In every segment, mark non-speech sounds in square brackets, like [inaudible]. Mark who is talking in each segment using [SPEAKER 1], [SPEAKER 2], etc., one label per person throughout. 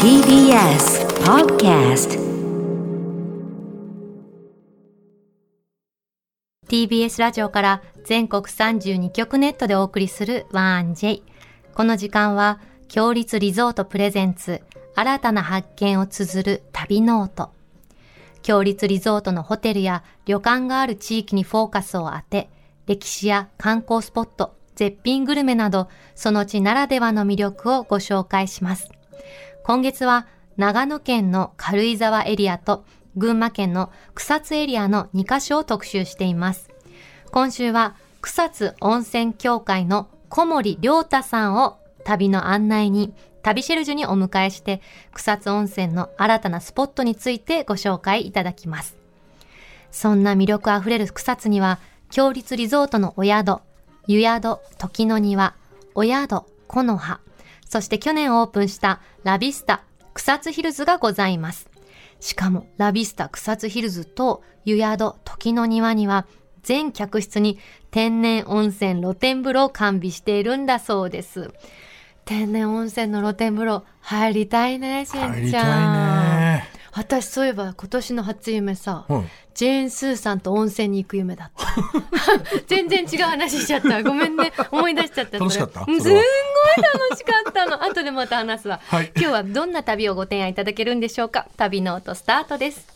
[SPEAKER 1] TBS Podcast
[SPEAKER 2] TBS ラジオから全国32局ネットでお送りする 1J この時間は強立リゾートプレゼンツ新たな発見を綴る旅ノート強立リゾートのホテルや旅館がある地域にフォーカスを当て歴史や観光スポット絶品グルメなどその地ならではの魅力をご紹介します今月は長野県の軽井沢エリアと群馬県の草津エリアの2カ所を特集しています。今週は草津温泉協会の小森良太さんを旅の案内に旅シェルジュにお迎えして草津温泉の新たなスポットについてご紹介いただきます。そんな魅力あふれる草津には、強立リゾートのお宿、湯宿、時の庭、お宿、木の葉、そして去年オープンしたラビスタ、草津ヒルズがございます。しかも、ラビスタ草津ヒルズと湯宿、時の庭には、全客室に天然温泉露天風呂を完備しているんだそうです。天然温泉の露天風呂入りたいね、しんちゃん。
[SPEAKER 3] 入りたいね。
[SPEAKER 2] 私そういえば今年の初夢さ、
[SPEAKER 3] うん
[SPEAKER 2] ジェーン・スーさんと温泉に行く夢だった [laughs] 全然違う話しちゃったごめんね思い出しちゃったそれ
[SPEAKER 3] 楽しかった
[SPEAKER 2] うんす
[SPEAKER 3] そ
[SPEAKER 2] ん
[SPEAKER 3] れ
[SPEAKER 2] ごい
[SPEAKER 3] は
[SPEAKER 2] 楽しかったの [laughs] 後でまた話すわ、
[SPEAKER 3] はい
[SPEAKER 2] 今日はどんな旅をご提案いただけるんでしょうか旅ノートスタートです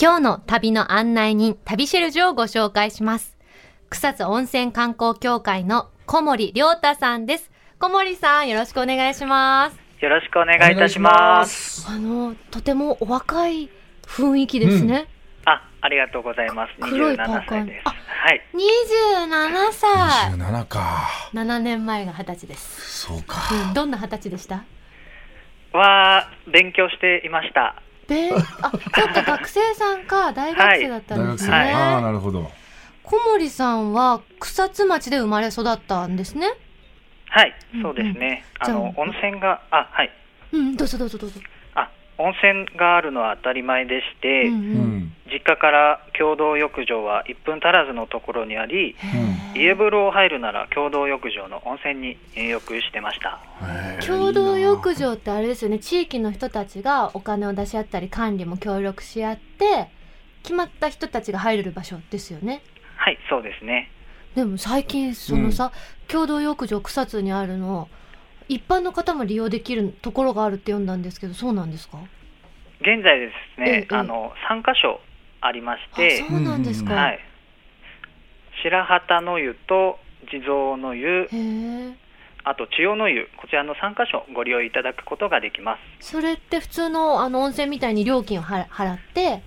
[SPEAKER 2] 今日の旅の案内人旅シェルジュをご紹介します草津温泉観光協会の小森亮太さんです小森さんよろしくお願いします
[SPEAKER 4] よろしくお願いいたします。
[SPEAKER 3] す。
[SPEAKER 2] あのとてもお若い雰囲気ですね。
[SPEAKER 4] あ、ありがとうございます。
[SPEAKER 2] 黒い
[SPEAKER 4] 27
[SPEAKER 2] パーカー
[SPEAKER 4] 歳
[SPEAKER 2] に
[SPEAKER 4] です。
[SPEAKER 2] あ
[SPEAKER 4] はい。
[SPEAKER 2] 二十七歳。
[SPEAKER 3] 27か。
[SPEAKER 2] 七年前が二十歳です。
[SPEAKER 3] そう
[SPEAKER 2] う
[SPEAKER 3] か。
[SPEAKER 2] ん、どんな二十歳でした？
[SPEAKER 4] は、勉強していました。
[SPEAKER 2] [laughs] べ、あ、そっか学生さんか大学生だった
[SPEAKER 3] 大
[SPEAKER 2] んで
[SPEAKER 3] 学
[SPEAKER 2] す
[SPEAKER 3] 生。
[SPEAKER 2] ね。
[SPEAKER 4] はい
[SPEAKER 3] ああ、なるほど。
[SPEAKER 2] 小森さんは草津町で生まれ育ったんですね。
[SPEAKER 4] はい
[SPEAKER 2] うんうん、
[SPEAKER 4] そうですね。
[SPEAKER 2] じゃあ
[SPEAKER 4] あの、温泉が、あ、はい。
[SPEAKER 2] うん、どうぞどうぞどうぞ。
[SPEAKER 4] あ、温泉があるのは当たり前でして、
[SPEAKER 2] うんう。
[SPEAKER 3] うんん。
[SPEAKER 4] 実家から共同浴場は1分足らずのところにあり、
[SPEAKER 2] へー
[SPEAKER 4] 家風呂を入るなら共同浴場の温泉に入浴してました。
[SPEAKER 3] へえ
[SPEAKER 2] 共同浴。
[SPEAKER 3] いいな
[SPEAKER 2] 場ってあれですよね地域の人たちがお金を出し合ったり管理も協力し合って決まった人たちが入れる場所ですよね
[SPEAKER 4] はい、そうですね。
[SPEAKER 2] でも最近そのさ、共同浴場草津にあるの一般の方も利用できるところがあるって読んだんですけどそうなんですか
[SPEAKER 4] 現在です
[SPEAKER 2] えええ
[SPEAKER 4] ね、
[SPEAKER 2] え
[SPEAKER 4] あの、3カ所ありまし
[SPEAKER 2] あ
[SPEAKER 4] て、
[SPEAKER 2] そうなんですか、
[SPEAKER 3] うん
[SPEAKER 4] はい。白旗の湯と地蔵の
[SPEAKER 2] へ
[SPEAKER 4] 湯、
[SPEAKER 2] え
[SPEAKER 4] あと千代の湯、こちらの3カ所ご利用いただくことができます。
[SPEAKER 2] それって普通のあの温泉みたいに料金を払払って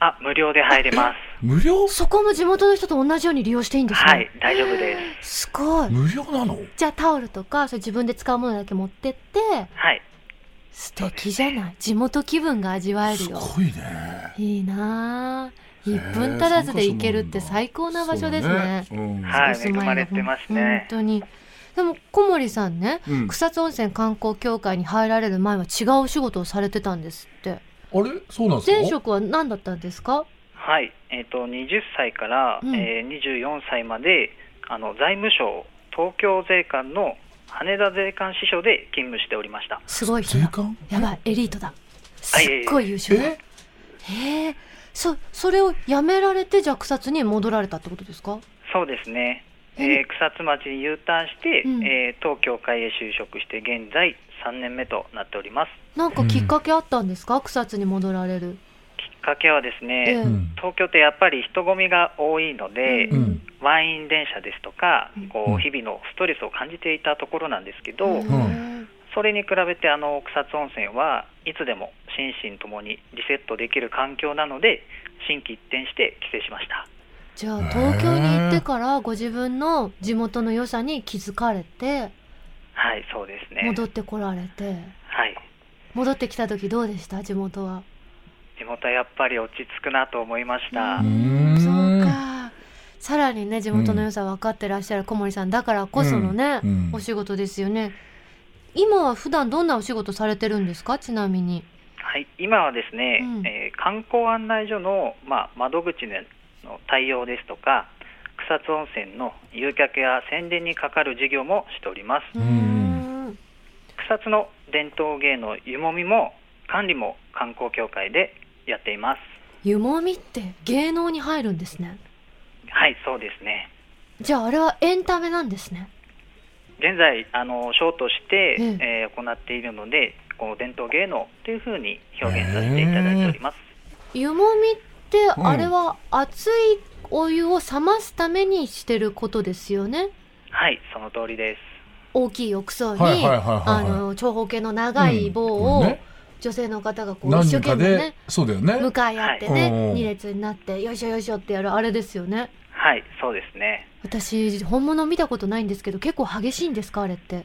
[SPEAKER 4] あ、無料で入れます。
[SPEAKER 3] 無料
[SPEAKER 2] そこも地元の人と同じように利用していいん [laughs] ですね
[SPEAKER 4] はい、大丈夫です。
[SPEAKER 2] すごい
[SPEAKER 3] 無料なの
[SPEAKER 2] じゃあタオルとかそれ自分で使うものだけ持ってって
[SPEAKER 4] はい。
[SPEAKER 2] 素敵じゃない地元気分が味わえる
[SPEAKER 3] す
[SPEAKER 2] よ
[SPEAKER 3] ごいね。
[SPEAKER 2] いいなあ一
[SPEAKER 3] へえ
[SPEAKER 2] 分足らずで行けるって最高な場所ですね。
[SPEAKER 3] そうだうん
[SPEAKER 4] はい
[SPEAKER 2] お住まいが
[SPEAKER 4] 恵まれてますね
[SPEAKER 2] 本当に。でも小森さんね、
[SPEAKER 3] うん
[SPEAKER 2] 草津温泉観光協会に入られる前は違うお仕事をされてたんですって。
[SPEAKER 3] あれそうなんですか
[SPEAKER 2] 前職は何だったんですか？
[SPEAKER 4] はい。えっ、と、20歳から、
[SPEAKER 2] うん
[SPEAKER 4] えー24歳まで、あの、財務省、東京税関の羽田税関支所で勤務しておりました。
[SPEAKER 2] すごい人
[SPEAKER 3] 税
[SPEAKER 2] だ。
[SPEAKER 3] 関
[SPEAKER 2] やばいエリートだ。す
[SPEAKER 4] はい
[SPEAKER 2] っごい優秀だ。
[SPEAKER 3] え
[SPEAKER 2] へえ。そそれを辞められてじゃあ草津に戻られたってことですか？
[SPEAKER 4] そうですね。えー草津町に U ターンして、
[SPEAKER 2] うん
[SPEAKER 4] えー東京海へ就職して現在3年目となっております。
[SPEAKER 2] なんかきっかけあったんですか？草津に戻られる。
[SPEAKER 4] きっかけはですね、
[SPEAKER 2] ええ
[SPEAKER 3] うん。
[SPEAKER 4] 東京ってやっぱり人混みが多いので、
[SPEAKER 2] うん
[SPEAKER 3] うん。
[SPEAKER 4] ワイン電車ですとか
[SPEAKER 2] うん、
[SPEAKER 3] う
[SPEAKER 4] こ
[SPEAKER 3] ん
[SPEAKER 4] う日々のストレスを感じていたところなんですけど、
[SPEAKER 2] へえ
[SPEAKER 4] それに比べてあの草津温泉はいつでも心身ともにリセットできる環境なので、心機一転して帰省しました。
[SPEAKER 2] じゃあ東京に行ってからご自分の地元の良さに気づかれて
[SPEAKER 4] はい、そうですね。
[SPEAKER 2] 戻ってこられて
[SPEAKER 4] はい。
[SPEAKER 2] 戻ってきた時どうでした地元は
[SPEAKER 4] 地元はやっぱり落ち着くなと思いました。
[SPEAKER 3] う
[SPEAKER 2] うんんそうかさらにね地元の良さ分かってらっしゃる小森さんだからこそのね、
[SPEAKER 3] うん
[SPEAKER 2] お仕事ですよね今は普段どんなお仕事されてるんですかちなみに
[SPEAKER 4] はい、今はですね、
[SPEAKER 2] うん
[SPEAKER 4] えー観光案内所の、まあ、窓口での対応ですとか、草津温泉の誘客や宣伝にかかる事業もしております。
[SPEAKER 3] ん
[SPEAKER 2] うーん
[SPEAKER 4] 草津の伝統芸能湯もみも管理も観光協会でやっています
[SPEAKER 2] 湯もみって芸能に入るんですね。
[SPEAKER 4] はいそうですね
[SPEAKER 2] じゃああれはエンタメなんですね。
[SPEAKER 4] 現在あの賞として、
[SPEAKER 2] うん
[SPEAKER 4] えー行っているのでこの伝統芸能というふうに表現させていただいております、
[SPEAKER 2] 湯もみって
[SPEAKER 3] うん
[SPEAKER 2] あれは熱いお湯を冷ますためにしてることですよね。
[SPEAKER 4] はいその通りです
[SPEAKER 2] 大きい浴槽に、
[SPEAKER 3] はいはいはい
[SPEAKER 2] あ
[SPEAKER 3] はいはい。
[SPEAKER 2] の長方形の長い棒
[SPEAKER 3] うん
[SPEAKER 2] を
[SPEAKER 3] ね
[SPEAKER 2] 女性の方がこう
[SPEAKER 3] 何
[SPEAKER 2] 一生懸
[SPEAKER 3] 人か
[SPEAKER 2] 命
[SPEAKER 3] で
[SPEAKER 2] ね、
[SPEAKER 3] そうだよね。
[SPEAKER 2] 向かい合って
[SPEAKER 3] は
[SPEAKER 2] ね
[SPEAKER 3] い
[SPEAKER 2] 二列になってよいしょよいしょってやるあれですよね
[SPEAKER 4] はいそうですね
[SPEAKER 2] 私本物見たことないんですけど結構激しいんですかあれって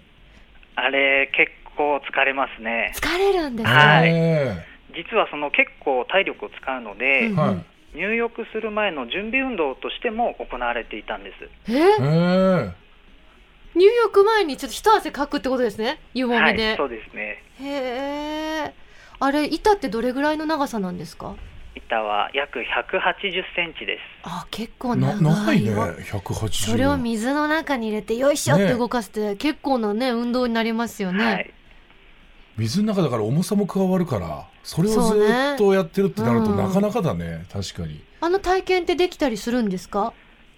[SPEAKER 4] あれ結構疲れますね
[SPEAKER 2] 疲れるんですか
[SPEAKER 4] はい
[SPEAKER 3] え
[SPEAKER 4] 実はその結構体力を使うので、
[SPEAKER 2] う
[SPEAKER 3] え
[SPEAKER 2] ん
[SPEAKER 3] はい。
[SPEAKER 4] 入浴する前の準備運動としても行われていたんです
[SPEAKER 2] え
[SPEAKER 3] ええ。
[SPEAKER 2] 入浴前にちょっと一汗かくってことですね湯もみ
[SPEAKER 4] は
[SPEAKER 2] で、
[SPEAKER 4] い、そうですね
[SPEAKER 2] へえあれ板ってどれぐらいの長さなんですか
[SPEAKER 4] 板は約180センチで
[SPEAKER 2] あ結構
[SPEAKER 3] な
[SPEAKER 2] 長
[SPEAKER 3] 長い
[SPEAKER 2] い
[SPEAKER 3] ね
[SPEAKER 2] よ、。
[SPEAKER 3] 百八十。
[SPEAKER 2] それを水の中に入れてよいしょって
[SPEAKER 3] ね
[SPEAKER 2] 動かすって結構なね運動になりますよ
[SPEAKER 4] す、
[SPEAKER 2] ね、
[SPEAKER 4] はい、
[SPEAKER 3] 水の中だから重さも加わるから、それを
[SPEAKER 2] そう
[SPEAKER 3] ず
[SPEAKER 2] ね
[SPEAKER 3] っとやってるってなると
[SPEAKER 2] うん
[SPEAKER 3] なかなかだね。確かに。
[SPEAKER 2] あの体験ってできたりするんですか、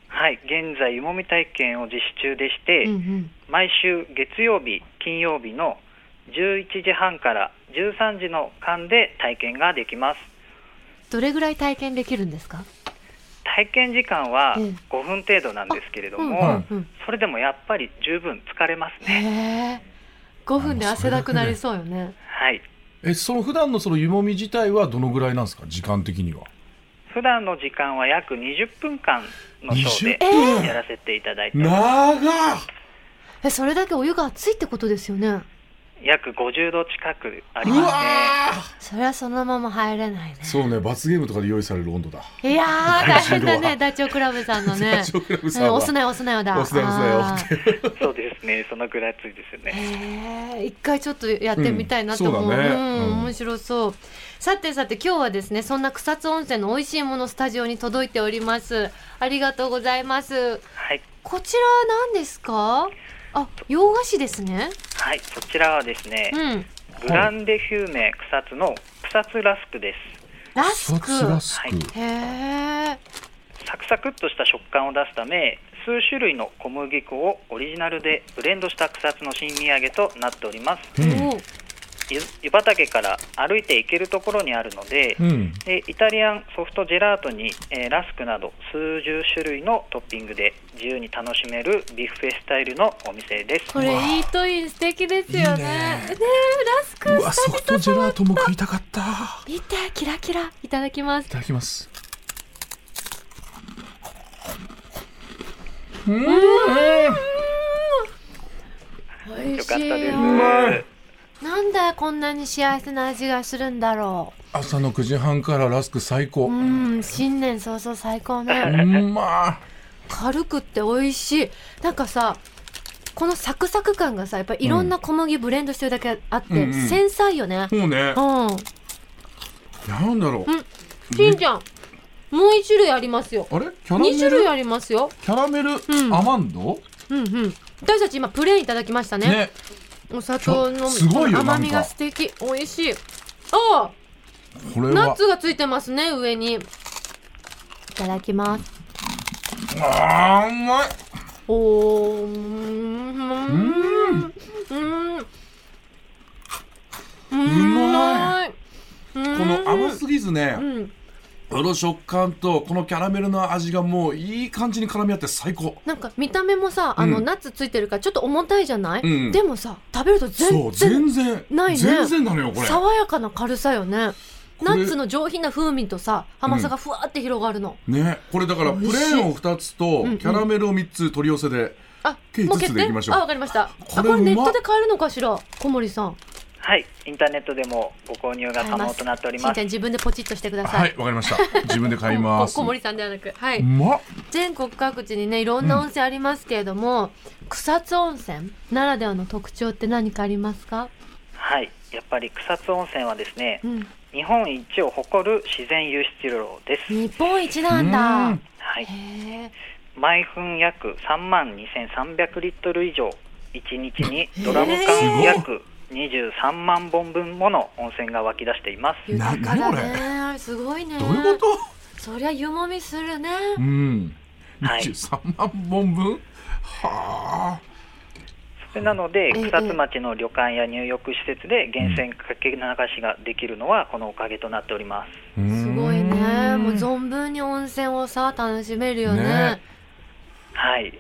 [SPEAKER 4] はい、現在湯もみ体験を実施中でして、
[SPEAKER 2] うんうん
[SPEAKER 4] 毎週月曜日金曜日の11時半から13時の間で体験ができます
[SPEAKER 2] どれぐらい体験できるんですか
[SPEAKER 4] 体験時間は
[SPEAKER 2] ええ
[SPEAKER 4] 5分程度なんですけれども、
[SPEAKER 2] うんうん
[SPEAKER 4] それでもやっぱり十分疲れます
[SPEAKER 2] うん、
[SPEAKER 4] ね
[SPEAKER 2] へえ5分で汗だくなりそうよね
[SPEAKER 4] はい
[SPEAKER 3] え、その普段のその湯もみ自体はどのぐらいなんですか。時間的には。
[SPEAKER 4] 普段の時間は約20分間のショー
[SPEAKER 3] 20分
[SPEAKER 4] でやらせていただいてます
[SPEAKER 3] 長っ。
[SPEAKER 2] えそれだけお湯が熱いってことですよね
[SPEAKER 4] 約50度近くあり
[SPEAKER 3] う
[SPEAKER 4] ます
[SPEAKER 3] わ
[SPEAKER 4] ね
[SPEAKER 2] それはそのまま入れないね
[SPEAKER 3] ー。そうね。罰ゲームとかで用意される温度だ。
[SPEAKER 2] いやー大変だ
[SPEAKER 3] 50度
[SPEAKER 2] ね
[SPEAKER 3] は
[SPEAKER 2] ダチョウ倶楽部さんの
[SPEAKER 3] [laughs]
[SPEAKER 2] ね
[SPEAKER 3] 社長クラブ
[SPEAKER 2] う
[SPEAKER 3] さん
[SPEAKER 2] ん
[SPEAKER 3] は
[SPEAKER 2] 押すなよ押すなよだ
[SPEAKER 3] 押すなよ押すな
[SPEAKER 2] よ
[SPEAKER 4] そうですねそのぐらい暑いですよね
[SPEAKER 2] へえ一回ちょっとやってみたいなと思う,、う
[SPEAKER 3] うんんそうだねうん
[SPEAKER 2] 面白そうさてさて今日はですねそんな草津温泉の美味しいものスタジオに届いておりますありがとうございます
[SPEAKER 4] はい
[SPEAKER 2] こちら何ですかあ洋菓子ですね
[SPEAKER 4] はいそちらはですね
[SPEAKER 2] うん
[SPEAKER 4] グランデヒューメ草津の草津ラスクです
[SPEAKER 2] ラ
[SPEAKER 3] シャ
[SPEAKER 2] スク
[SPEAKER 3] ツラス
[SPEAKER 4] は
[SPEAKER 3] ク。
[SPEAKER 4] い
[SPEAKER 2] へえ
[SPEAKER 4] サクサクっとした食感を出すため数種類の小麦粉をオリジナルでブレンドした草津の新土産となっております
[SPEAKER 3] うん。
[SPEAKER 2] お
[SPEAKER 4] ゆ湯畑から歩いて行けるところにあるので
[SPEAKER 3] うん。
[SPEAKER 4] でイタリアンソフトジェラートに、えーラスクなど数十種類のトッピングで自由に楽しめるビュッフェスタイルのお店です
[SPEAKER 2] これイートイン素敵ですよね
[SPEAKER 3] いいね
[SPEAKER 2] ねえラスク
[SPEAKER 3] うわ、ソフトジェラートも食いたかった。い
[SPEAKER 2] 見てキラキラいただきます
[SPEAKER 3] ただきます。
[SPEAKER 2] 美味
[SPEAKER 4] よ
[SPEAKER 2] し
[SPEAKER 4] かった
[SPEAKER 2] い
[SPEAKER 4] です
[SPEAKER 2] よなんでこんなに幸せな味がするんだろ
[SPEAKER 3] 朝の9時半からラスク最
[SPEAKER 2] う
[SPEAKER 3] 高
[SPEAKER 2] う。ん新年早々最高
[SPEAKER 3] う
[SPEAKER 2] ね
[SPEAKER 3] んま
[SPEAKER 2] 軽くって美味しいなんかさこのサクサク感がさやっぱりいろんな小麦ブレンドしてるだけあって、
[SPEAKER 3] うんうん
[SPEAKER 2] 繊細よね
[SPEAKER 3] あ。もうね
[SPEAKER 2] う、ん、
[SPEAKER 3] なんだろう。
[SPEAKER 2] しんちゃんもう一種類ありますよ
[SPEAKER 3] あれキャラメ
[SPEAKER 2] 二種類
[SPEAKER 3] ル
[SPEAKER 2] ありますよ
[SPEAKER 3] キャラメル
[SPEAKER 2] ん
[SPEAKER 3] アマンド
[SPEAKER 2] うんうん私たち今プレーンいただきましたね
[SPEAKER 3] ね。
[SPEAKER 2] お砂糖
[SPEAKER 3] ち
[SPEAKER 2] の
[SPEAKER 3] ょすごいよ
[SPEAKER 2] 甘みが
[SPEAKER 3] なんか
[SPEAKER 2] 素敵美味しいあ
[SPEAKER 3] これ
[SPEAKER 2] あナッ
[SPEAKER 3] は。
[SPEAKER 2] ツがついてますね上にいただきます
[SPEAKER 3] あー、うまい。
[SPEAKER 2] おーうーんうーんうまい
[SPEAKER 3] この甘すぎず
[SPEAKER 2] う
[SPEAKER 3] ね、
[SPEAKER 2] ん
[SPEAKER 3] この食感とこのキャラメルの味がもういい感じに絡み合って最高。
[SPEAKER 2] なんか見た目もさあの、
[SPEAKER 3] うん
[SPEAKER 2] ナッツついてるからちょっと重たいじゃない、
[SPEAKER 3] うん
[SPEAKER 2] でもさ食べると
[SPEAKER 3] そ
[SPEAKER 2] 全
[SPEAKER 3] う、
[SPEAKER 2] 然
[SPEAKER 3] 全然。
[SPEAKER 2] ないね
[SPEAKER 3] 全然なのよ、これ。
[SPEAKER 2] 爽やかな軽さよね
[SPEAKER 3] れ
[SPEAKER 2] ナッツの上品な風味とさ甘さがふわって広がるの、
[SPEAKER 3] ね、これだからプ
[SPEAKER 2] 美味しい
[SPEAKER 3] レーンを2つと
[SPEAKER 2] うんうん
[SPEAKER 3] キャラメルを3つ取り寄せで、
[SPEAKER 2] あ
[SPEAKER 3] 計
[SPEAKER 2] もう
[SPEAKER 3] 五
[SPEAKER 2] 決
[SPEAKER 3] つでい
[SPEAKER 2] 定
[SPEAKER 3] きましょう
[SPEAKER 2] あわかりましたあ
[SPEAKER 3] これ
[SPEAKER 2] これ
[SPEAKER 3] うま
[SPEAKER 2] ネ
[SPEAKER 3] っ
[SPEAKER 2] ットで買えるのかしら小森さん
[SPEAKER 4] はいインターネットでもご購入が
[SPEAKER 2] 買え
[SPEAKER 4] 可
[SPEAKER 2] ま
[SPEAKER 4] 能
[SPEAKER 2] す
[SPEAKER 4] となっており
[SPEAKER 2] しん
[SPEAKER 4] ま
[SPEAKER 2] ち
[SPEAKER 4] す
[SPEAKER 2] ゃん自分でポチッとしてくださ
[SPEAKER 3] はいいわかりました自分で買いま
[SPEAKER 2] [laughs]
[SPEAKER 3] す
[SPEAKER 2] こ小森さんではなくはいう
[SPEAKER 3] まっ
[SPEAKER 2] 全国各地にねいろんな温泉ありますけれども、草津温泉ならではの特徴って何かありますか、
[SPEAKER 4] はいやっぱり草津温泉はですね
[SPEAKER 2] うん、
[SPEAKER 4] 日本一を誇る自然湧出量です、
[SPEAKER 2] 日本一なんだ
[SPEAKER 3] うん
[SPEAKER 4] はい、
[SPEAKER 2] へえ
[SPEAKER 4] 毎分約3万2300リットル以上1日にドラム
[SPEAKER 2] え
[SPEAKER 4] 缶
[SPEAKER 3] ー
[SPEAKER 4] 約23万本分もの温泉が湧き出しています
[SPEAKER 3] な
[SPEAKER 2] 豊かだ
[SPEAKER 3] 何
[SPEAKER 2] ねすごいね
[SPEAKER 3] どういうこと
[SPEAKER 2] そりゃ湯もみするね
[SPEAKER 3] うん。
[SPEAKER 4] はい
[SPEAKER 3] 23万本分はあ。
[SPEAKER 4] それなので
[SPEAKER 2] ええ
[SPEAKER 4] 草津町の旅館や入浴施設で源泉かけ流しができるのはこのおかげとなっております
[SPEAKER 3] うーん
[SPEAKER 2] すごいねもう存分に温泉をさ楽しめるよね
[SPEAKER 3] ね
[SPEAKER 4] はい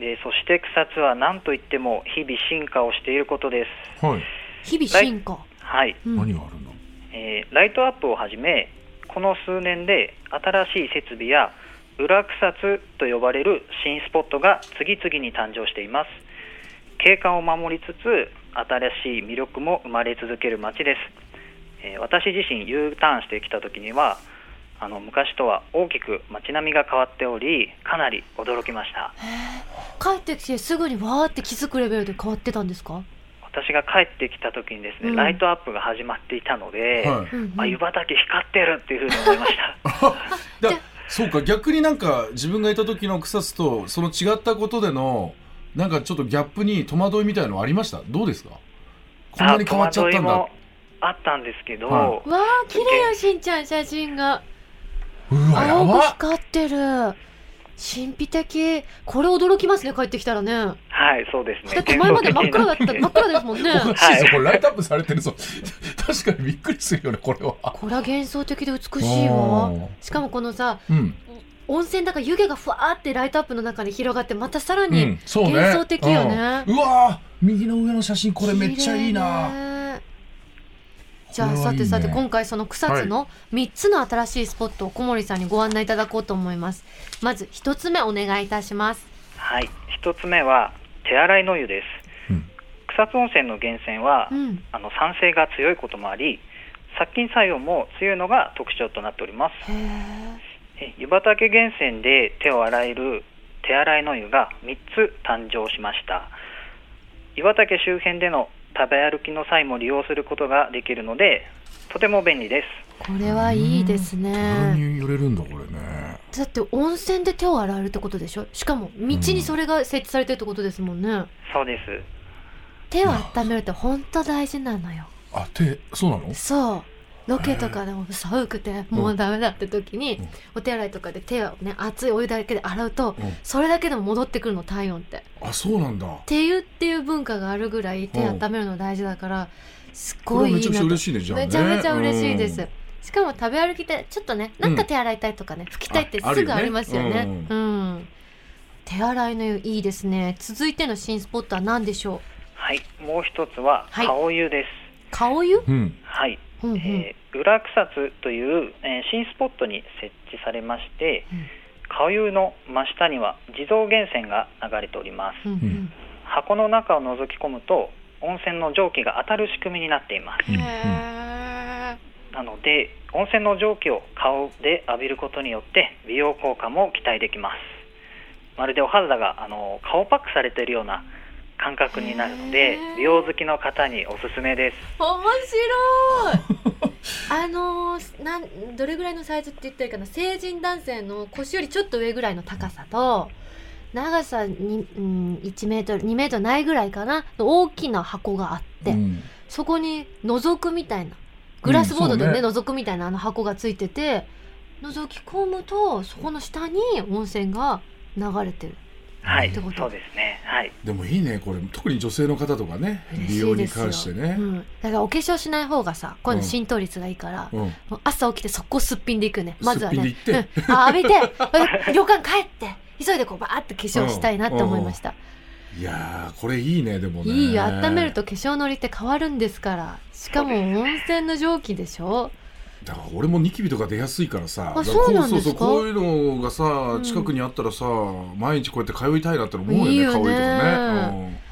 [SPEAKER 4] でそして草津は何といっても日々進化をしていることです
[SPEAKER 3] はい。
[SPEAKER 2] 日々進化、
[SPEAKER 4] はい、
[SPEAKER 2] うん
[SPEAKER 3] 何があるんだ
[SPEAKER 4] えーライトアップをはじめこの数年で新しい設備や裏草津と呼ばれる新スポットが次々に誕生しています景観を守りつつ新しい魅力も生まれ続ける街です、えー私自身 U ターンしてきた時にはあの昔とは大きく街並みが変わっておりかなり驚きました
[SPEAKER 2] 帰ってきてすぐにわーって気づくレベルで変わってたんですか、
[SPEAKER 4] 私が帰ってきた時にですね、
[SPEAKER 2] うん
[SPEAKER 4] ライトアップが始まっていたので、
[SPEAKER 3] はい
[SPEAKER 2] うんうん
[SPEAKER 4] あ湯畑光ってるっていうふうに思いました
[SPEAKER 3] だ
[SPEAKER 2] じゃ
[SPEAKER 3] そうか逆になんか自分がいた時の草津とその違ったことでのなんかちょっとギャップに戸惑いみたいのはありましたどうですかこんなに変わっちゃったん
[SPEAKER 4] あ戸
[SPEAKER 3] だ
[SPEAKER 4] 惑いもあったんですけど、
[SPEAKER 3] は
[SPEAKER 2] わあ綺麗よしんちゃん写真が
[SPEAKER 3] うわや
[SPEAKER 2] 青く
[SPEAKER 3] ばっ
[SPEAKER 2] 光ってる神秘的これ驚きますね帰ってきたらねだ
[SPEAKER 4] はい、そうですね。
[SPEAKER 2] って前まで真っ暗だ
[SPEAKER 3] [laughs]
[SPEAKER 2] った真っ暗ですもんね
[SPEAKER 3] おかしいぞ
[SPEAKER 4] はい
[SPEAKER 3] これライトアップされてるぞ [laughs] 確かにびっくりするよねこれは
[SPEAKER 2] これは幻想的で美しいわ
[SPEAKER 3] おー
[SPEAKER 2] しかもこのさ
[SPEAKER 3] うん
[SPEAKER 2] 温泉だから湯気がふわーってライトアップの中で広がってまたさら
[SPEAKER 3] う
[SPEAKER 2] に
[SPEAKER 3] んそうね
[SPEAKER 2] 幻想的よね
[SPEAKER 3] うんうわー右の上の写真これめっちゃいい
[SPEAKER 2] 綺
[SPEAKER 3] な
[SPEAKER 2] 麗ねじゃ
[SPEAKER 3] こ
[SPEAKER 2] あ
[SPEAKER 3] れは
[SPEAKER 2] さ
[SPEAKER 3] いいね
[SPEAKER 2] てさて今回その草津の3つの新しいスポットを小森さんにご案内いただこうと思いますまず1つ目お願いいたします
[SPEAKER 4] はい、一つ目は手洗いの湯です。
[SPEAKER 3] うん
[SPEAKER 4] 草津温泉の源泉は、
[SPEAKER 2] うん
[SPEAKER 4] あの酸性が強いこともあり、殺菌作用も強いのが特徴となっております。
[SPEAKER 2] へえ
[SPEAKER 4] え湯畑源泉で手を洗える手洗いの湯が3つ誕生しました湯畑周辺での食べ歩きの際も利用することができるのでとても便利です
[SPEAKER 2] これはいいです
[SPEAKER 3] 何
[SPEAKER 2] ね
[SPEAKER 3] に揺れるんだこれね
[SPEAKER 2] だって温泉で手を洗えるってことでしょしかも道にそれが設置されてるってことですもんね、
[SPEAKER 4] そうです
[SPEAKER 2] 手を温めるって本当大事なのよ
[SPEAKER 3] あ手そうなの
[SPEAKER 2] そうロケとかでも寒くてもうダメだって時に
[SPEAKER 3] うん
[SPEAKER 2] お手洗いとかで手をね熱いお湯だけで洗うと
[SPEAKER 3] うん
[SPEAKER 2] それだけでも戻ってくるの体温って。っ
[SPEAKER 3] あそうなんだ
[SPEAKER 2] ていうっていう文化があるぐらい手
[SPEAKER 3] うん
[SPEAKER 2] 温めるの大事だからすっ
[SPEAKER 3] こ
[SPEAKER 2] ご
[SPEAKER 3] れ
[SPEAKER 2] い
[SPEAKER 3] め
[SPEAKER 2] い
[SPEAKER 3] ち
[SPEAKER 2] い
[SPEAKER 3] ゃくち
[SPEAKER 2] な
[SPEAKER 3] ゃ
[SPEAKER 2] と
[SPEAKER 3] 嬉しいねじゃあね
[SPEAKER 2] めちゃめちゃ嬉しいです
[SPEAKER 3] う。
[SPEAKER 2] しかも食べ歩きってちょっとねなんか手洗いたいとかね、拭きたいって
[SPEAKER 3] ああ
[SPEAKER 2] す
[SPEAKER 3] るよ
[SPEAKER 2] ぐ
[SPEAKER 3] ね
[SPEAKER 2] ありますよね
[SPEAKER 3] う
[SPEAKER 2] うん手洗いの湯いいですね続いての新スポットは何でしょう
[SPEAKER 4] はいもう一つは
[SPEAKER 2] はい
[SPEAKER 4] 顔湯です
[SPEAKER 2] 顔湯、
[SPEAKER 3] んうん
[SPEAKER 4] はい、
[SPEAKER 2] うんうん
[SPEAKER 4] えー裏草津という、えー新スポットに設置されまして、
[SPEAKER 2] うん
[SPEAKER 4] 顔湯の真下には地蔵源泉が流れております、
[SPEAKER 2] うんうん
[SPEAKER 4] 箱の中を覗き込むと温泉の蒸気が当たる仕組みになっています
[SPEAKER 3] うん
[SPEAKER 2] へー
[SPEAKER 4] なので温泉の蒸気を顔で浴びることによって美容効果も期待できますまるでお肌があの顔パックされているような感覚になるの
[SPEAKER 2] へ
[SPEAKER 4] で
[SPEAKER 2] ー
[SPEAKER 4] 美容好きの方におすすめです
[SPEAKER 2] 面白いあのーなんどれぐらいのサイズって言ったらいいかな成人男性の腰よりちょっと上ぐらいの高さと長さに、うん、1メートル2メートルないぐらいかなの大きな箱があって、
[SPEAKER 3] うん
[SPEAKER 2] そこに覗くみたいなグラスボードでね,、
[SPEAKER 3] うんそう
[SPEAKER 2] 覗くみたいなあの箱がついてて覗き込むとそこの下に温泉が流れてる
[SPEAKER 4] はい
[SPEAKER 2] ってこと
[SPEAKER 4] そうですねはい
[SPEAKER 3] でもいいねこれ特に女性の方とかね
[SPEAKER 2] 嬉
[SPEAKER 3] 美
[SPEAKER 2] し
[SPEAKER 3] 容
[SPEAKER 2] いで
[SPEAKER 3] に
[SPEAKER 2] すよ
[SPEAKER 3] 関してね
[SPEAKER 2] う、ん、だからお化粧しない方がさこういうの
[SPEAKER 3] うん
[SPEAKER 2] 浸透率がいいから、
[SPEAKER 3] うん
[SPEAKER 2] もう朝起きて速攻すっぴんでいくねまずはね
[SPEAKER 3] すっぴんで行っ
[SPEAKER 2] うんあ浴びて [laughs] 旅館帰って急いでこうバーって化粧したいなって思いました、
[SPEAKER 3] いやーこれいいねでもね
[SPEAKER 2] いいよ温めると化粧のりって変わるんですからしかも温泉の蒸気でしょ
[SPEAKER 3] だから俺もニキビとか出やすいからさ
[SPEAKER 2] あ
[SPEAKER 3] だらこ
[SPEAKER 2] そうなんですか
[SPEAKER 3] そうそうこういうのがさ
[SPEAKER 2] ん
[SPEAKER 3] 近くにあったらさ、毎日こうやって通いたいなって思うよね
[SPEAKER 2] いいよね
[SPEAKER 3] 顔とかね、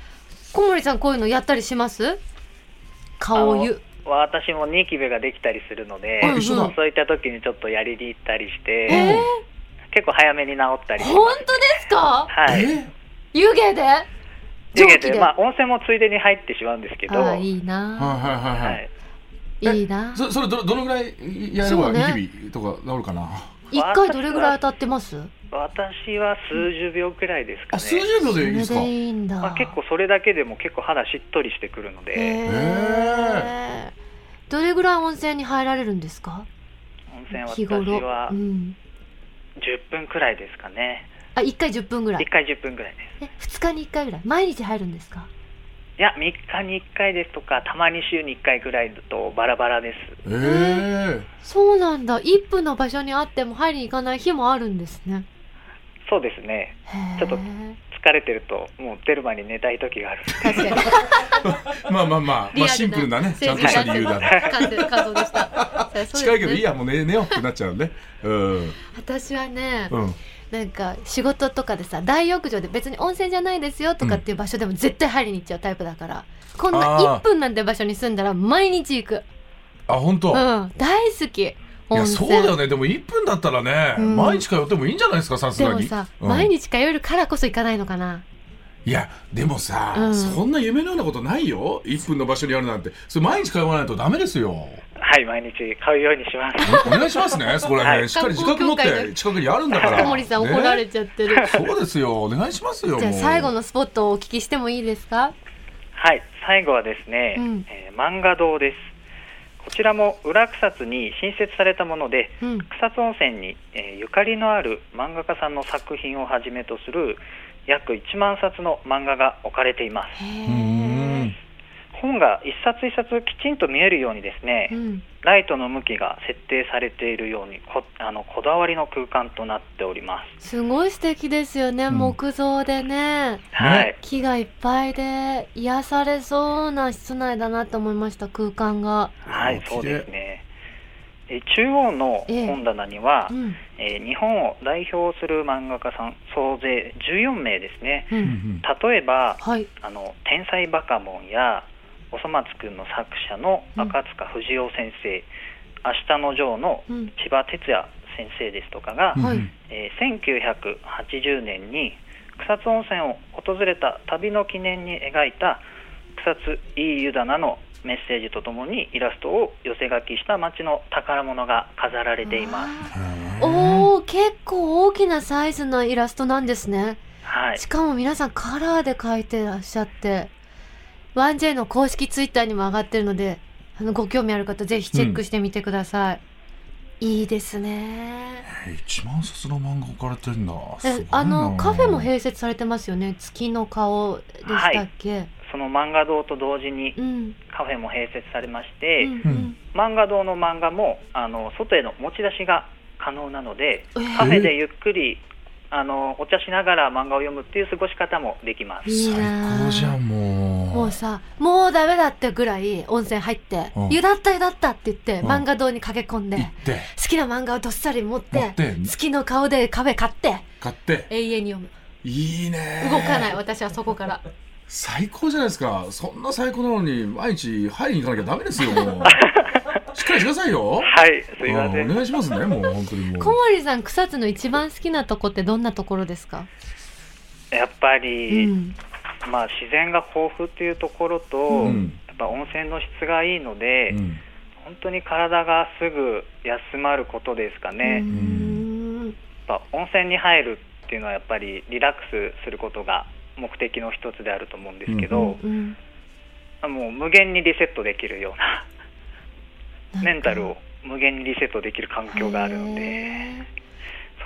[SPEAKER 2] 小森さんこういうのやったりします顔湯
[SPEAKER 4] あの私もニキビができたりするので、
[SPEAKER 3] あ一緒だ
[SPEAKER 4] そういった時にちょっとやりに行ったりして、
[SPEAKER 2] えー
[SPEAKER 4] 結構早めに治ったりしま
[SPEAKER 2] 本
[SPEAKER 4] す
[SPEAKER 2] 当ですか
[SPEAKER 4] はい
[SPEAKER 3] え
[SPEAKER 2] 湯気で蒸
[SPEAKER 4] 湯
[SPEAKER 2] 気
[SPEAKER 4] 気で
[SPEAKER 2] で、
[SPEAKER 4] まあ温泉もついでに入ってしまうんですけど
[SPEAKER 2] ああいい
[SPEAKER 3] は
[SPEAKER 2] ない
[SPEAKER 3] はいはいはい、
[SPEAKER 4] はい
[SPEAKER 2] いいな
[SPEAKER 3] そそれどどのぐらいやれ
[SPEAKER 2] そう
[SPEAKER 3] ば
[SPEAKER 2] ね
[SPEAKER 3] ニキビとか治るかな、
[SPEAKER 2] 一回どれぐらい当たってます
[SPEAKER 4] 私は数十秒くらいです
[SPEAKER 3] あ
[SPEAKER 4] かね
[SPEAKER 3] 数十秒でいいんです
[SPEAKER 2] そ
[SPEAKER 3] か
[SPEAKER 2] れでいいんだ
[SPEAKER 4] まあ、結構それだけでも結構肌しっとりしてくるので、
[SPEAKER 2] へ
[SPEAKER 3] え
[SPEAKER 2] どれぐらい温泉に入られるんですか
[SPEAKER 4] 温泉は
[SPEAKER 2] 日
[SPEAKER 4] 私
[SPEAKER 2] 頃、
[SPEAKER 4] は
[SPEAKER 2] うん、
[SPEAKER 4] 10分くらいですかね
[SPEAKER 2] あ1回10分ぐらい
[SPEAKER 4] 1回10分くらいで
[SPEAKER 2] え
[SPEAKER 4] す
[SPEAKER 2] 2日に1回ぐらい毎日入るんですか
[SPEAKER 4] いや3日に1回ですとかたまに週に1回くらいだとバラバラです
[SPEAKER 3] ええ
[SPEAKER 2] そうなんだ1分の場所にあっても入りに行かない日もあるんですね
[SPEAKER 4] そうですね
[SPEAKER 2] へえ
[SPEAKER 4] ちょっと疲れてるともう出る前に寝たい時がある [laughs]
[SPEAKER 2] 確かに
[SPEAKER 3] まあまあまあ、まあ、シンプルだね。ちゃんとした理由だね。
[SPEAKER 2] 感じ感想でしたそうですね
[SPEAKER 3] 近いけどいいや、もう寝寝ようってなっちゃうね。うん。
[SPEAKER 2] 私はね
[SPEAKER 3] うん。
[SPEAKER 2] なんか仕事とかでさ大浴場で別に温泉じゃないですよとかっていう場所でも絶対入りに行っちゃうタイプだから、こんな
[SPEAKER 3] あ
[SPEAKER 2] 1
[SPEAKER 3] ー
[SPEAKER 2] 分なんて場所に住んだら毎日行く
[SPEAKER 3] あ、本当。
[SPEAKER 2] う
[SPEAKER 3] い
[SPEAKER 2] ん大好き温
[SPEAKER 3] や、
[SPEAKER 2] 泉
[SPEAKER 3] そうだよね。でも一分だったらね、
[SPEAKER 2] うん
[SPEAKER 3] 毎日通ってもいいんじゃないですか、さす
[SPEAKER 2] で
[SPEAKER 3] が
[SPEAKER 2] も
[SPEAKER 3] に。
[SPEAKER 2] さ、
[SPEAKER 3] うん
[SPEAKER 2] 毎日通えるからこそ行かないのかない
[SPEAKER 3] や、でもさ、
[SPEAKER 2] うん
[SPEAKER 3] そんな夢のようなことないよ。一分の場所にあるなんて。それ毎日通わないとダメですよ。
[SPEAKER 4] はい毎日買うようにします
[SPEAKER 3] お願いしま
[SPEAKER 2] [laughs]
[SPEAKER 3] すね、そこら辺。
[SPEAKER 4] は
[SPEAKER 3] しっかり自覚持っ
[SPEAKER 2] 観光協会
[SPEAKER 3] て
[SPEAKER 2] の
[SPEAKER 3] 近くにあるんだから。
[SPEAKER 2] 小森さん怒られ
[SPEAKER 3] ね
[SPEAKER 2] ちゃってる、
[SPEAKER 3] そうですよ。お願いしますよ。
[SPEAKER 2] じゃあ
[SPEAKER 3] もう
[SPEAKER 2] 最後のスポットをお聞きしてもいいですか
[SPEAKER 4] はい、最後はですね、
[SPEAKER 2] うん
[SPEAKER 4] えー漫画堂です。こちらも裏草津に新設されたもので、
[SPEAKER 2] うん
[SPEAKER 4] 草津温泉に、えーゆかりのある漫画家さんの作品をはじめとする約1万冊の漫画が置かれています。
[SPEAKER 2] へ
[SPEAKER 3] うー
[SPEAKER 2] え
[SPEAKER 3] ん。
[SPEAKER 4] 本が一冊一冊きちんと見えるようにですね、
[SPEAKER 2] うん
[SPEAKER 4] ライトの向きが設定されているようにこあのこだわりの空間となっております。
[SPEAKER 2] すごい素敵ですよね、
[SPEAKER 3] うん
[SPEAKER 2] 木造でね
[SPEAKER 4] はい、
[SPEAKER 2] 木がいっぱいで癒されそうな室内だなと思いました空間が、
[SPEAKER 4] はい
[SPEAKER 3] あ、ー
[SPEAKER 4] そうですね。えー中央の本棚には、
[SPEAKER 2] うん
[SPEAKER 4] えー日本を代表する漫画家さん総勢14名ですね
[SPEAKER 2] う、
[SPEAKER 3] うんん
[SPEAKER 4] 例えば
[SPEAKER 2] はい
[SPEAKER 4] あの「天才バカモン」や「おそ松くん」の作者の赤塚不二夫先生「明日のジョー」の
[SPEAKER 2] うん
[SPEAKER 4] 千葉哲也先生ですとかが、
[SPEAKER 3] うん。
[SPEAKER 2] はい
[SPEAKER 3] うん
[SPEAKER 4] えー1980年に草津温泉を訪れた旅の記念に描いた「草津いい湯だな」のメッセージとともにイラストを寄せ書きした町の宝物が飾られています。
[SPEAKER 2] おお結構大きなサイズのイラストなんですね
[SPEAKER 4] はい
[SPEAKER 2] しかも皆さんカラーで描いてらっしゃって 1J の公式ツイッターにも上がってるのであのご興味ある方ぜひチェックしてみてください、いいですね
[SPEAKER 3] え一万冊の漫画置かれてんだ。すごい
[SPEAKER 2] え
[SPEAKER 3] な
[SPEAKER 2] あのカフェも併設されてますよね月の顔でしたっけ、
[SPEAKER 4] その漫画堂と同時に
[SPEAKER 2] うん
[SPEAKER 4] カフェも併設されまし
[SPEAKER 2] う
[SPEAKER 4] て、
[SPEAKER 2] ん
[SPEAKER 3] う
[SPEAKER 2] うんん
[SPEAKER 4] 漫画堂の漫画もあの外への持ち出しが可能なので
[SPEAKER 2] え
[SPEAKER 4] カ
[SPEAKER 2] ー
[SPEAKER 4] フェでゆっくりあのお茶しながら漫画を読むっていう過ごし方もできます。
[SPEAKER 2] いいな
[SPEAKER 3] 最高じゃんもう。
[SPEAKER 2] もうさもうダメだってぐらい温泉入って
[SPEAKER 3] う
[SPEAKER 2] 「
[SPEAKER 3] ん
[SPEAKER 2] 湯だった湯だった」って言って
[SPEAKER 3] うん
[SPEAKER 2] 漫画堂に駆け込んで
[SPEAKER 3] 行って
[SPEAKER 2] 好きな漫画をどっさり持っ
[SPEAKER 3] 持ってて
[SPEAKER 2] 月の顔でカフェ買って
[SPEAKER 3] 買って
[SPEAKER 2] 永遠に読む
[SPEAKER 3] いいね。
[SPEAKER 2] 動かない。私はそこから
[SPEAKER 3] 最高じゃないですか。そんな最高なのに毎日入りに行かなきゃダメですよ。
[SPEAKER 2] [laughs]
[SPEAKER 3] もうしっかりしてくださいよ。
[SPEAKER 4] はい、すいませ。
[SPEAKER 3] うんんお願いしますね。もう本当にもう。
[SPEAKER 2] 小森さん草津の一番好きなとこってどんなところですか
[SPEAKER 4] やっぱ
[SPEAKER 2] う
[SPEAKER 4] り、
[SPEAKER 2] ん
[SPEAKER 4] まあ自然が豊富っていうところと、
[SPEAKER 3] うん
[SPEAKER 4] やっぱ温泉の質がいいので、
[SPEAKER 3] うん
[SPEAKER 4] 本当に体がすぐ休まることですかね。
[SPEAKER 2] う
[SPEAKER 4] やっ
[SPEAKER 2] ん
[SPEAKER 4] ぱ温泉に入るっていうのはやっぱりリラックスすることが目的の一つであると思うんですけど。
[SPEAKER 2] うん
[SPEAKER 4] もう無限にリセットできるよう
[SPEAKER 2] なん
[SPEAKER 4] な
[SPEAKER 2] か
[SPEAKER 4] メンタルを無限にリセットできる環境があるので
[SPEAKER 2] へ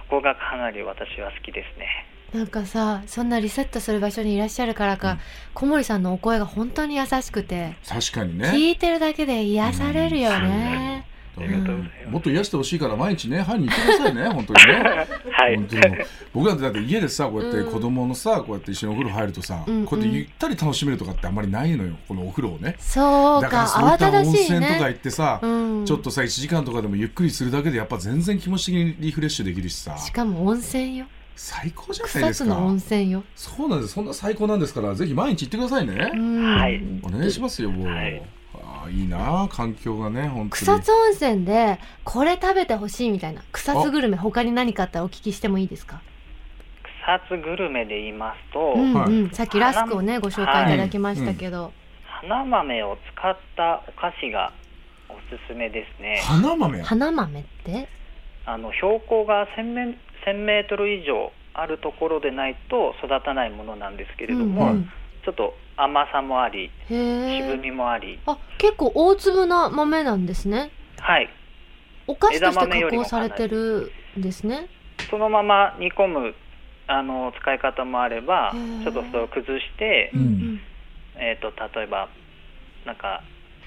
[SPEAKER 4] そこがかなり私は好きですね
[SPEAKER 2] ーなんかさそんなリセットする場所にいらっしゃるからか、小森さんのお声が本当に優しくて
[SPEAKER 3] 確かにね。
[SPEAKER 2] 聞いてるだけで癒されるよね。
[SPEAKER 4] ありがとうござい
[SPEAKER 3] も
[SPEAKER 4] ま
[SPEAKER 3] っと癒してほしいから毎日ね、入りに行ってくださいね、本当にね。
[SPEAKER 4] すはい
[SPEAKER 3] 本当にもう僕なんてだって家でさこうやって
[SPEAKER 2] うん
[SPEAKER 3] 子供のさこうやって一緒にお風呂入るとさ、
[SPEAKER 2] うんうん
[SPEAKER 3] こうやってゆったり楽しめるとかってあんまりないのよこのお風呂をね
[SPEAKER 2] そう
[SPEAKER 3] だ
[SPEAKER 2] か、
[SPEAKER 3] そうい
[SPEAKER 2] 慌
[SPEAKER 3] った
[SPEAKER 2] だ
[SPEAKER 3] た温
[SPEAKER 2] しい
[SPEAKER 3] 泉とか
[SPEAKER 2] ね。
[SPEAKER 3] 行ってさ、
[SPEAKER 2] うん、
[SPEAKER 3] ちょっとさ1時間とかでもゆっくりするだけでやっぱ全然気持ち的にリフレッシュできるしさ
[SPEAKER 2] しかも温泉よ。
[SPEAKER 3] 最高じゃない
[SPEAKER 2] 草
[SPEAKER 3] です
[SPEAKER 2] 津の
[SPEAKER 3] か
[SPEAKER 2] 温泉よ。
[SPEAKER 3] そうなんですそんな最高なんですからぜひ毎日行ってくださいね、
[SPEAKER 2] うん
[SPEAKER 4] はい
[SPEAKER 3] お願いしますよもう、
[SPEAKER 4] はい
[SPEAKER 3] ああいいなあ環境がね本当に
[SPEAKER 2] 草津温泉でこれ食べてほしいみたいな草津グルメ他に何かあったらお聞きしてもいいですか
[SPEAKER 4] 草津グルメで言いますと、
[SPEAKER 2] うん
[SPEAKER 3] はい
[SPEAKER 2] うん、さっきラスクをねご紹介いただきましたけど、
[SPEAKER 4] 花豆を使ったお菓子がおすすめですね
[SPEAKER 3] 花豆
[SPEAKER 2] 花豆って
[SPEAKER 4] あの標高が1000メ1000メートル以上あるところでないと育たないものなんですけれど
[SPEAKER 2] うん
[SPEAKER 4] も、
[SPEAKER 2] うん
[SPEAKER 4] ちょっと甘さもあり
[SPEAKER 2] へ
[SPEAKER 4] 渋
[SPEAKER 2] え
[SPEAKER 4] みもあり、
[SPEAKER 2] あ結構大粒な豆なんですね
[SPEAKER 4] はい
[SPEAKER 2] お菓子として加工されてるんですね
[SPEAKER 4] そのまま煮込むあの使い方もあれば
[SPEAKER 2] へー
[SPEAKER 4] ちょっとそれを崩して
[SPEAKER 3] 枝、豆よりも
[SPEAKER 4] えー、と例えばなんか、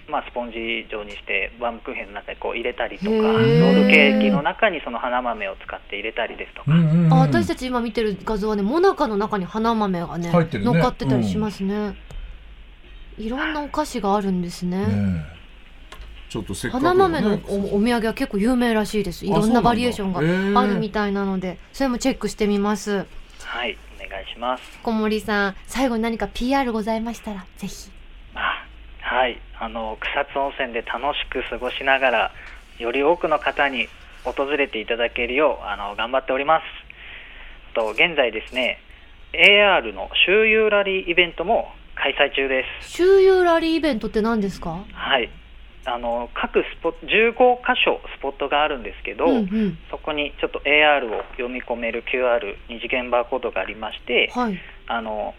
[SPEAKER 4] まあ、スポンジ状にしてバームクーヘンの中にこう入れたりとか
[SPEAKER 2] へ
[SPEAKER 4] ロ
[SPEAKER 2] ー
[SPEAKER 4] ールケーキの中にその花豆を使って入れたりですとか、
[SPEAKER 3] うんうんうん
[SPEAKER 2] あ私たち今見てる画像はねもなかの中に花豆がね
[SPEAKER 3] 入ってるね
[SPEAKER 2] 乗っかってたりしますね、いろんなお菓子があるんですね
[SPEAKER 3] ねえちょっとせっかく
[SPEAKER 2] 花豆のおお土産は結構有名らしいですいろんなバリエーションがあるみ
[SPEAKER 3] た
[SPEAKER 2] たいなのでそれもチェックしてみます
[SPEAKER 4] はいお願いします。
[SPEAKER 2] 小森さん最後に何か PR ございましたらぜひ
[SPEAKER 4] あはいあの草津温泉で楽しく過ごしながらより多くの方に訪れていただけるようあの頑張っておりますと現在ですね AR の周遊ラリーイベントも開催中です
[SPEAKER 2] 周遊ラリーイベントって何ですか
[SPEAKER 4] はい、あの各スポ15箇所スポットがあるんですけど、
[SPEAKER 2] うんうん
[SPEAKER 4] そこにちょっと AR を読み込める QR 二次元バーコードがありまして
[SPEAKER 2] はい
[SPEAKER 4] あの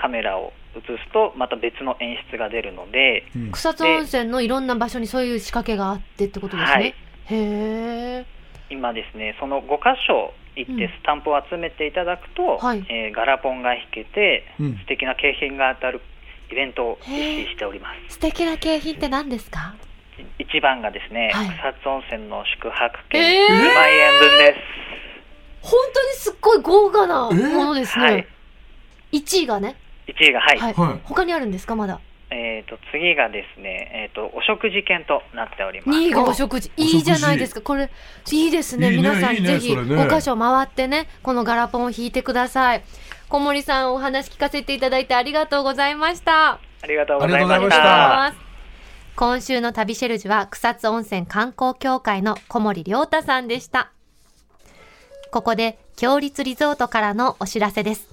[SPEAKER 4] カメラを映すとまた別の演出が出るので、
[SPEAKER 3] い
[SPEAKER 2] 草津温泉のいろんな場所にそういう仕掛けがあってってことですね、
[SPEAKER 4] はい
[SPEAKER 2] へえ
[SPEAKER 4] 今ですねその5箇所行ってスタンプを集めていただくと、
[SPEAKER 2] はい
[SPEAKER 4] えーガラポンが引けて
[SPEAKER 3] うん
[SPEAKER 4] 素敵な景品が当たるイベントを実施しております。
[SPEAKER 2] 素敵な景品って何ですか
[SPEAKER 4] 一番がですね、
[SPEAKER 2] はい
[SPEAKER 4] 草津温泉の宿泊
[SPEAKER 2] え
[SPEAKER 4] 券
[SPEAKER 2] ー
[SPEAKER 4] 2万円分です。
[SPEAKER 2] 本当にすっごい豪華なものです
[SPEAKER 4] はい
[SPEAKER 2] ね、、一1位がね
[SPEAKER 4] 1位がはい、
[SPEAKER 2] はい
[SPEAKER 3] はい
[SPEAKER 2] 他にあるんですかまだ
[SPEAKER 4] えー、と次がですね、えー、とお食事券となっております
[SPEAKER 2] 2位がお食事
[SPEAKER 3] お食事
[SPEAKER 2] いいじゃないですかこれいいですね
[SPEAKER 3] いいね
[SPEAKER 2] 皆さん
[SPEAKER 3] いいね
[SPEAKER 2] ぜひ
[SPEAKER 3] それね
[SPEAKER 2] 5箇所回ってねこのガラポンを引いてください小森さんお話聞かせていただいてありがとうございました
[SPEAKER 4] ありがとうござい
[SPEAKER 3] あ
[SPEAKER 4] ま
[SPEAKER 3] りがとうござい
[SPEAKER 4] し
[SPEAKER 3] ま
[SPEAKER 2] ありがとうございま
[SPEAKER 4] た
[SPEAKER 2] す今週の旅シェルジュは草津温泉観光協会の小森良太さんでしたここで強立リゾートからのお知らせです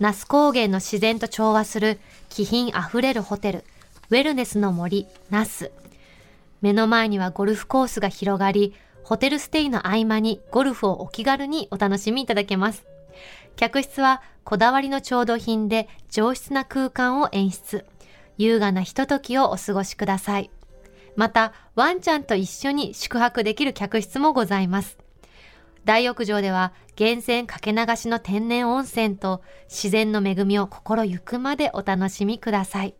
[SPEAKER 2] 那須高原の自然と調和する気品あふれるホテルウェルネスの森那須目の前にはゴルフコースが広がりホテルステイの合間にゴルフをお気軽にお楽しみいただけます客室はこだわりの調度品で上質な空間を演出優雅なひとときをお過ごしくださいまたワンちゃんと一緒に宿泊できる客室もございます大浴場では源泉かけ流しの天然温泉と自然の恵みを心ゆくまでお楽しみください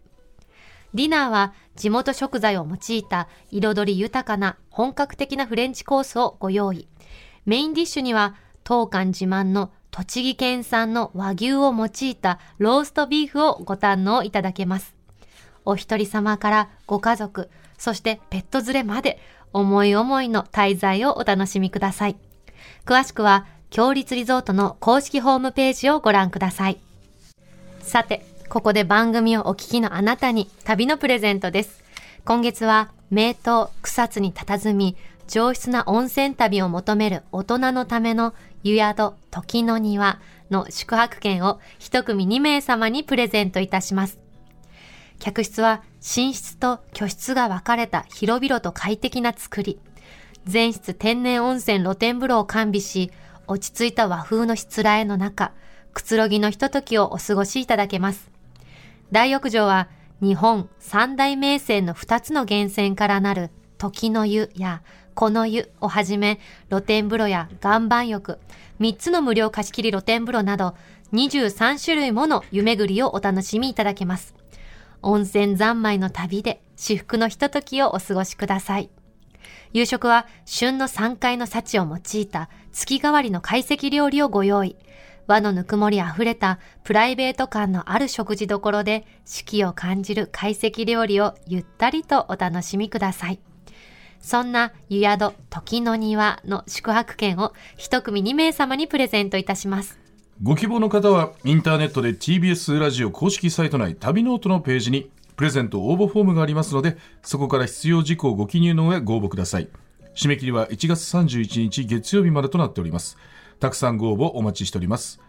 [SPEAKER 2] ディナーは地元食材を用いた彩り豊かな本格的なフレンチコースをご用意メインディッシュには当館自慢の栃木県産の和牛を用いたローストビーフをご堪能いただけますお一人様からご家族そしてペット連れまで思い思いの滞在をお楽しみください詳しくは強立リゾートの公式ホームページをご覧くださいさて、ここで番組をお聞きのあなたに旅のプレゼントです。今月は名湯草津に佇み、上質な温泉旅を求める大人のための湯宿時の庭の宿泊券を一組2名様にプレゼントいたします。客室は寝室と居室が分かれた広々と快適な作り。全室天然温泉露天風呂を完備し、落ち着いた和風のしつらえの中、くつろぎのひとときをお過ごしいただけます。大浴場は日本三大名泉の2つの源泉からなる時の湯やこの湯をはじめ露天風呂や岩盤浴、3つの無料貸し切り露天風呂など23種類もの湯巡りをお楽しみいただけます。温泉三昧の旅で至福のひとときをお過ごしください。夕食は旬の3階の幸を用いた月替わりの懐石料理をご用意。和のぬくもりあふれたプライベート感のある食事どころで四季を感じる懐石料理をゆったりとお楽しみください。そんな湯宿時の庭の宿泊券を一組2名様にプレゼントいたします。
[SPEAKER 3] ご希望の方はインターネットで TBS ラジオ公式サイト内旅ノートのページにプレゼント応募フォームがありますのでそこから必要事項をご記入の上ご応募ください締め切りは1月31日月曜日までとなっておりますたくさんご応募お待ちしております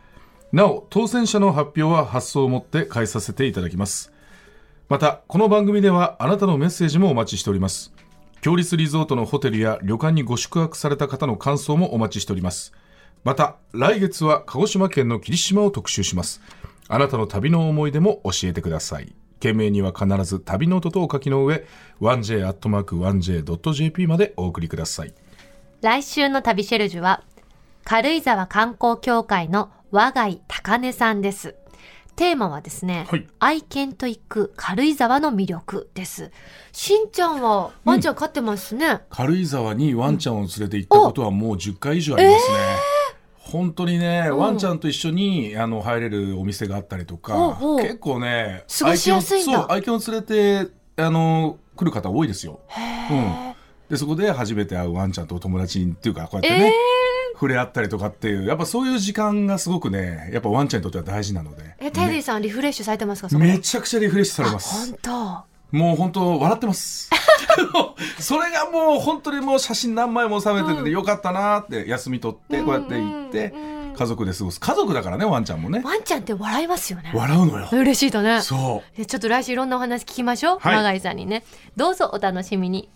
[SPEAKER 3] なお当選者の発表は発送をもって返させていただきますまたこの番組ではあなたのメッセージもお待ちしております強立リゾートのホテルや旅館にご宿泊された方の感想もお待ちしておりますまた来月は鹿児島県の霧島を特集しますあなたの旅の思い出も教えてください。件名には必ず旅ノートとお書きの上、1j.1j.jp までお送りください。
[SPEAKER 5] 来週の旅シェルジュは、軽井沢観光協会の和貝高根さんです。テーマはですね、
[SPEAKER 3] はい
[SPEAKER 5] 愛犬と行く軽井沢の魅力です。
[SPEAKER 2] しんちゃんはワンちゃん飼ってますね、
[SPEAKER 3] 軽井沢にワンちゃんを連れて行ったことはもう10回以上ありますね。本当にね、ワンちゃんと一緒にあの入れるお店があったりと
[SPEAKER 2] ほう
[SPEAKER 3] か
[SPEAKER 2] ほう、
[SPEAKER 3] 結構ね、
[SPEAKER 2] 過ごしやすいんだ
[SPEAKER 3] 愛犬をそう愛犬を連れてあの来る方多いですよ。うん、でそこで初めて会うワンちゃんとお友達にっていうかこうやってね、触れ合ったりとかっていうやっぱそういう時間がすごくねやっぱワンちゃんにとっては大事なので
[SPEAKER 2] えテディさんリフレッシュされてますかそこで
[SPEAKER 3] めちゃくちゃリフレッシュされます。
[SPEAKER 2] 本
[SPEAKER 3] もう本当笑っ
[SPEAKER 2] [laughs]
[SPEAKER 3] てます。それがもう本当にもう写真何枚も収めててよかったなって休み取ってこうやって行って
[SPEAKER 2] うんうん
[SPEAKER 3] 家族で過ごす家族だからねワンちゃんもね
[SPEAKER 2] 当ワンちゃんって笑いますよね
[SPEAKER 3] 笑うのよ
[SPEAKER 2] 嬉しいだね
[SPEAKER 3] そう
[SPEAKER 2] えちょっと来週いろんなお話聞きましょう、
[SPEAKER 3] はい
[SPEAKER 5] 永井さんにね、どうぞお楽しみに。